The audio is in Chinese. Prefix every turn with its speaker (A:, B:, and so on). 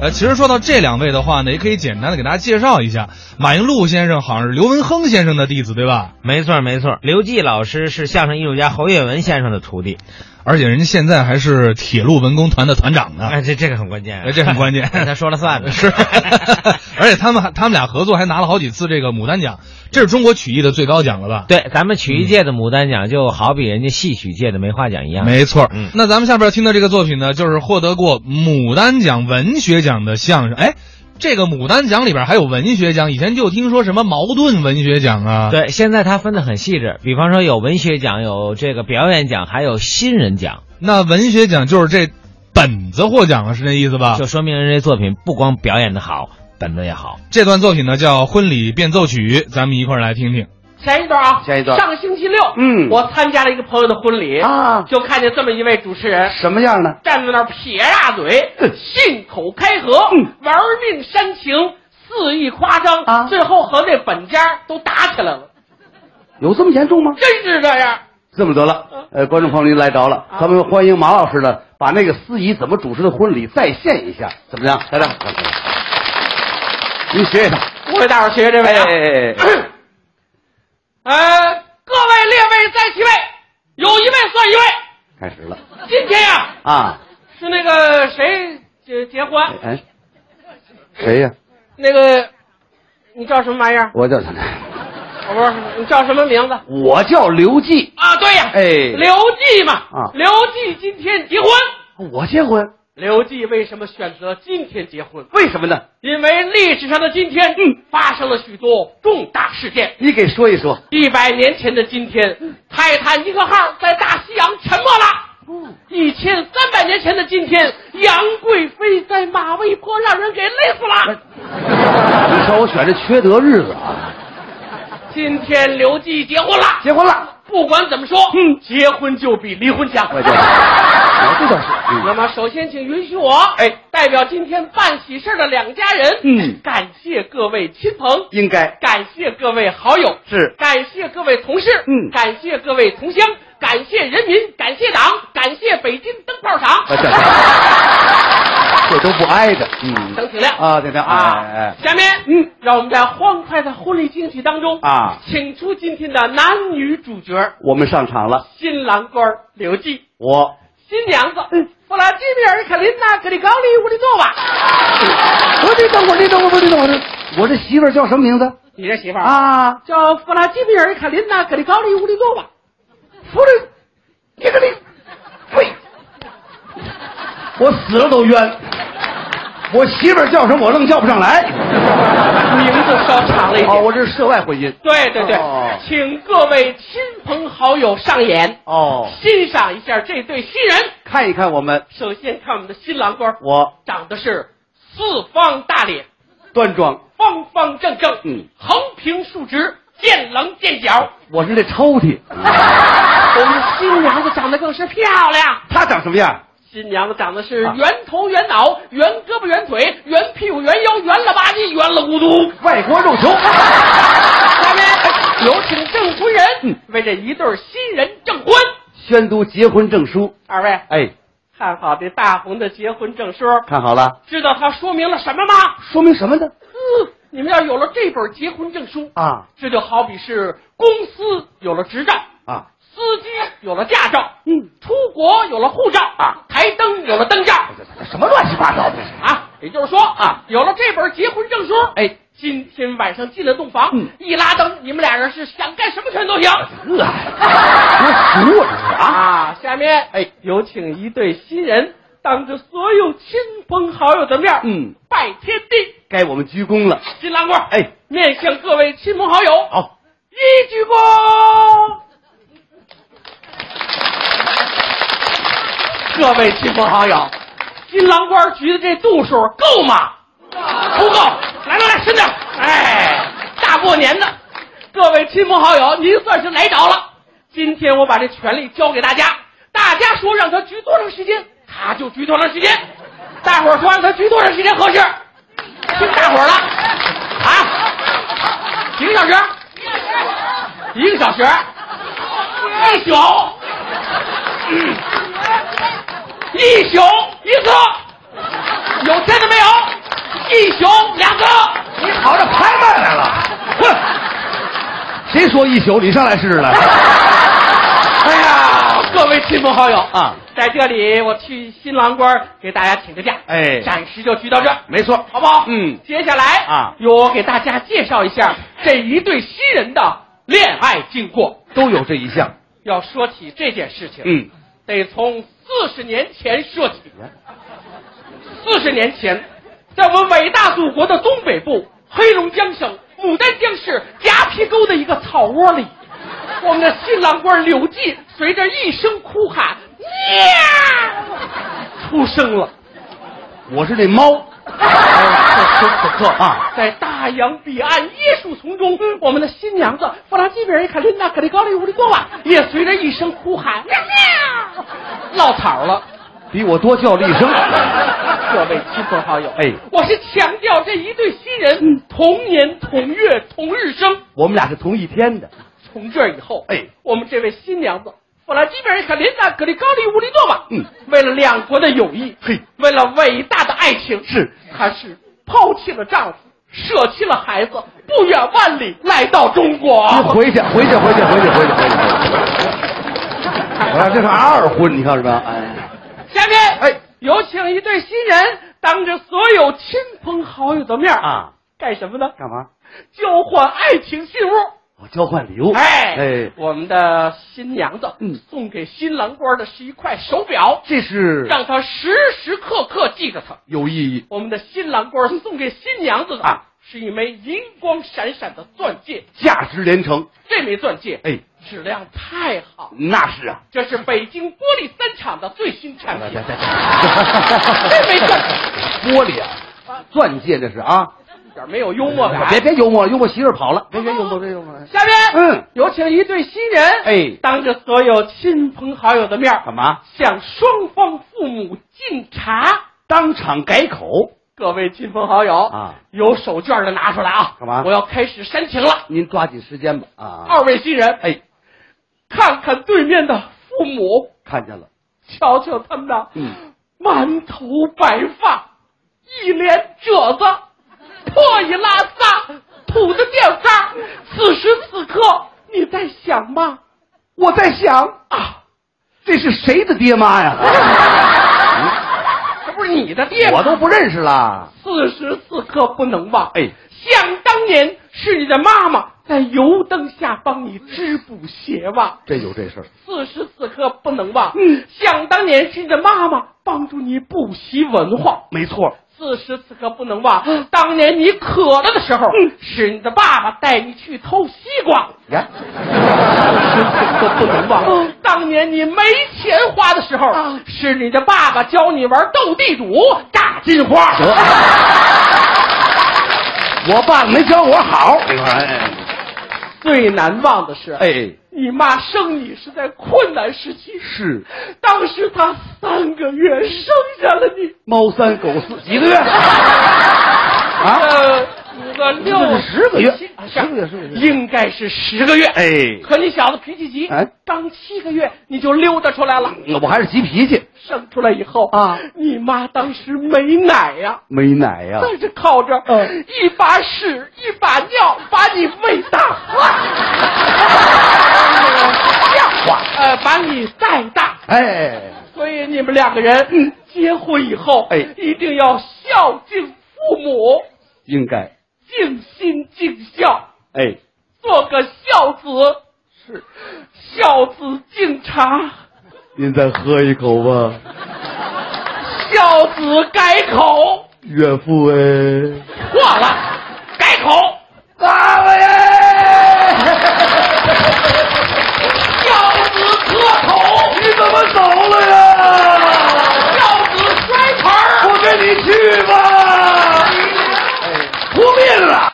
A: 呃，其实说到这两位的话呢，也可以简单的给大家介绍一下。马应禄先生好像是刘文亨先生的弟子，对吧？
B: 没错，没错。刘季老师是相声艺术家侯月文先生的徒弟，
A: 而且人家现在还是铁路文工团的团长呢，
B: 哎，这这个很关键啊
A: 哎，这很 关键。
B: 他说了算的。
A: 是，而且他们还他们俩合作还拿了好几次这个牡丹奖，这是中国曲艺的最高奖了吧？
B: 对，咱们曲艺界的牡丹奖就好比人家戏曲界的梅花奖一样。
A: 没错，
B: 嗯
A: 那咱们下边听的这个作品呢，就是获得过牡丹奖文学奖的相声。哎，这个牡丹奖里边还有文学奖，以前就听说什么茅盾文学奖啊，，
B: 对，现在它分得很细致，比方说有文学奖，有这个表演奖，还有新人奖，
A: 那文学奖就是这本子获奖了，是这意思吧
B: 就？说明人家作品不光表演的好，本子也好。
A: 这段作品呢叫《婚礼变奏曲》，咱们一块儿来听听。
C: 前一段啊，
D: 前一段
C: 上个星期六，
D: 嗯
C: 我参加了一个朋友的婚礼
D: 啊
C: 就看见这么一位主持人
D: 什么样呢？
C: 站在那儿撇大嘴，
D: 嗯
C: 信口开河，
D: 嗯
C: 玩命煽情，肆意夸张
D: 啊
C: 最后和那本家都打起来了，
D: 有这么严重吗？
C: 真是这样。
D: 这么得了，呃，观众朋友您来着了，咱们欢迎马老师呢，把那个司仪怎么主持的婚礼再现一下，怎么样？来来，您学一下。
C: 我给大伙儿学学这位啊，
D: 哎
C: 呃，各位列位在其位，有一位算一位。
D: 开始了
C: 今天呀、
D: 啊！
C: 是那个谁结结婚，
D: 哎，谁呀？
C: 那个你叫什么玩意儿？
D: 我叫
C: 我不是，你叫什么名字？
D: 我叫刘季，
C: 啊，对呀，
D: 哎
C: 刘季嘛，
D: 啊
C: 刘季今天结婚。
D: 我结婚，
C: 刘季为什么选择今天结婚？
D: 为什么呢？
C: 因为历史上的今天，嗯，发生了许多重大事件。
D: 你给说一说。
C: 一百年前的今天，泰坦尼克号在大西洋沉没了。
D: 嗯
C: 一千三百年前的今天，杨贵妃在马嵬坡让人给累死
D: 哎
C: 了。
D: 你瞧我选这缺德日子啊！
C: 今天刘季结婚了，
D: 结婚了，
C: 不管怎么说，嗯，结婚就比离婚强。
D: 我这，我哎这倒是。嗯
C: 那么，首先请允许我，哎，代表今天办喜事儿的两家人，
D: 嗯
C: 感谢各位亲朋，
D: 应该
C: 感谢各位好友，
D: 是
C: 感谢各位同事，
D: 嗯
C: 感谢各位同乡，感谢人民，感谢党，感谢北京灯泡厂。
D: 啊，这这都不挨着，嗯，
C: 等请亮
D: 啊，对对
C: 啊！
D: 哎哎，
C: 下面，嗯，让我们在欢快的婚礼惊喜当中
D: 啊
C: 请出今天的男女主角：
D: 我们上场了，
C: 新郎官儿刘季，
D: 我
C: 新娘子弗拉基米尔·卡琳娜·格里高利·乌里佐娃。
D: 我这等会儿，你等会儿，不是你等会儿，我这媳妇儿叫什么名字
C: 你这媳妇儿
D: 啊？
C: 叫弗拉基米尔·卡琳娜·格里高利·乌里诺娃。
D: 不是，你个你，呸！我死了都冤，我媳妇儿叫什么我愣叫不上来。
C: 名字稍长了一
D: 哦，
C: 点。
D: 我这是涉外婚姻。
C: 对对对
D: 哦，
C: 请各位亲朋好友上演，
D: 哦，
C: 欣赏一下这对新人。
D: 看一看我们，
C: 首先看我们的新郎官，
D: 我
C: 长得是四方大脸，
D: 端庄，
C: 方方正正，
D: 嗯，
C: 横平竖直，见棱见角。
D: 我是这抽屉。
C: 我们的新娘子长得更是漂亮。
D: 她长什么样？
C: 新娘子长得是
D: 啊
C: 圆头圆脑、圆胳膊圆腿、圆屁股圆腰、圆了吧唧、圆了咕嘟。
D: 外国肉 球。
C: 下面有请证婚人为这一对儿新人证婚。
D: 宣读结婚证书。
C: 二位
D: 哎，
C: 看好这大红的结婚证书，
D: 看好了，
C: 知道它说明了什么吗？
D: 说明什么呢？
C: 嗯，你们要有了这本结婚证书，
D: 啊
C: 这就好比是公司有了执照，
D: 啊，
C: 司机有了驾照，
D: 嗯，
C: 出国有了护照啊，台灯有了灯罩
D: 什么乱七八糟的？
C: 啊。也就是说啊，有了这本结婚证书，
D: 哎，
C: 今天晚上进了洞房，
D: 嗯哎
C: 一拉灯，你们俩人是想干什么全都行。
D: 这还多俗啊！这是啊，
C: 啊，下面哎，有请一对新人当着所有亲朋好友的面，
D: 嗯，
C: 拜天地，
D: 该我们鞠躬了。
C: 新郎官，
D: 哎，
C: 面向各位亲朋好友，
D: 好，
C: 一鞠躬。各位亲朋好友，新郎官鞠的这度数够吗？不够，来来来，伸点儿。哎，大过年的，各位亲朋好友，您算是来着了。今天我把这权利交给大家，大家说让他鞠多长时间，他就鞠多长时间。大伙儿说让他鞠多长时间合适，听大伙儿的啊，几个小时？一个小时，哎一宿，嗯一宿一次，有听见没有？一宿两个，
D: 你跑这拍卖来了？哼，谁说一宿？你上来试试来。
C: 哎呀，各位亲朋好友
D: 啊，
C: 在这里我去新郎官给大家请个假，
D: 哎
C: 暂时就聚到这儿，
D: 没错，
C: 好不好？
D: 嗯
C: 接下来
D: 啊
C: 由我给大家介绍一下这一对新人的恋爱经过。
D: 都有这一项。
C: 要说起这件事情，
D: 嗯，
C: 得从四十年前说起。四十年前，在我们伟大祖国的东北部，黑龙江省牡丹江市夹皮沟的一个草窝里，我们的新郎官刘进随着一声哭喊，呀，出生了。
D: 我是那猫。
C: 可
D: 可可啊！
C: 在大洋彼岸椰树丛中，我们的新娘子弗拉基米尔·卡琳娜·格里高利乌里波娃也随着一声哭喊，喵喵，落草了。
D: 比我多叫了一声。
C: 各位亲朋好友，
D: 哎嗯
C: 我是强调这一对新人同年同月同日生。
D: 我们俩是同一天的，
C: 从这儿以后，
D: 哎
C: 我们这位新娘子弗拉基米尔·卡琳娜·格里高利乌里诺娃，
D: 嗯，
C: 为了两国的友谊，
D: 嘿
C: 为了伟大的爱情，
D: 是，
C: 她是抛弃了丈夫，舍弃了孩子，不远万里来到中国。
D: 你回去，回去，回去，回去，回去，回去。我俩这是二婚，你看是吧？哎，
C: 下面，
D: 哎，
C: 有请一对新人，当着所有亲朋好友的面儿
D: 啊，
C: 干什么呢？
D: 干嘛？
C: 交换爱情信物。
D: 我交换礼物。
C: 哎
D: 哎，
C: 我们的新娘子，
D: 嗯
C: 送给新郎官的是一块手表，
D: 这是
C: 让他时时刻刻记着他。
D: 有意义。
C: 我们的新郎官送给新娘子的
D: 啊
C: 是一枚银光闪闪的钻戒，
D: 价值连城。
C: 这枚钻戒
D: 哎，
C: 质量太好，
D: 那是啊。
C: 这是北京玻璃三厂的最新产品。
D: 这
C: 这枚钻
D: 玻璃啊，钻戒这是啊！
C: 一点没有幽默感。
D: 别别幽默了，幽默媳妇儿跑了，别别幽默，别幽默了。
C: 下面，
D: 嗯，
C: 有请一对新人，
D: 哎
C: 当着所有亲朋好友的面儿
D: 干嘛？
C: 向双方父母敬茶。
D: 当场改口？
C: 各位亲朋好友
D: 啊，
C: 有手绢的拿出来啊！
D: 干嘛啊
C: 我要开始煽情了。
D: 您抓紧时间吧啊！
C: 二位新人，
D: 哎，
C: 看看对面的父母，
D: 看见了，
C: 瞧瞧他们的
D: 嗯
C: 满头白发，一脸褶子，破衣拉撒，吐着电话。此时此刻，你在想吗？
D: 我在想，
C: 啊，
D: 这是谁的爹妈呀？ 嗯
C: 这不是你的爹吗
D: 啊我都不认识了。
C: 此时此刻不能忘。
D: 哎
C: 想当年是你的妈妈在油灯下帮你织补鞋袜，
D: 这有这事儿，
C: 此时此刻不能忘。嗯，想当年是你的妈妈帮助你补习文化，嗯
D: 没错，
C: 此时此刻不能忘。当年你渴了的时候，是你的爸爸带你去偷西瓜，
D: 呀，
C: 此时此刻不能忘。当年你没钱花的时候，是你的爸爸教你玩斗地主、炸金花。
D: 得，我爸没教我好，你看，哎
C: 最难忘的是，
D: 哎，
C: 你妈生你是在困难时期，
D: 是
C: 当时她三个月生下了你，
D: 猫三狗四几个月？啊，
C: 呃，五个六
D: 这是十个月
C: 七啊
D: 十个月十个月
C: 应该是十个月。
D: 哎，
C: 可你小子脾气急
D: 哎，
C: 刚七个月你就溜达出来了，
D: 我还是急脾气，
C: 生出来以后
D: 啊，
C: 你妈当时没奶呀。
D: 没奶呀、
C: 但是靠着，
D: 啊嗯
C: 一把屎一把尿把你喂大化，尿
D: 化
C: 呃，把你带大，
D: 哎，
C: 所以你们两个人、结婚以后，
D: 嗯哎
C: 一定要孝敬父母，
D: 应该，
C: 尽心尽孝，
D: 哎，
C: 做个孝子。是，孝子敬茶，
D: 您再喝一口吧，
C: 孝子改口，
D: 岳父哎。
C: 错了。啊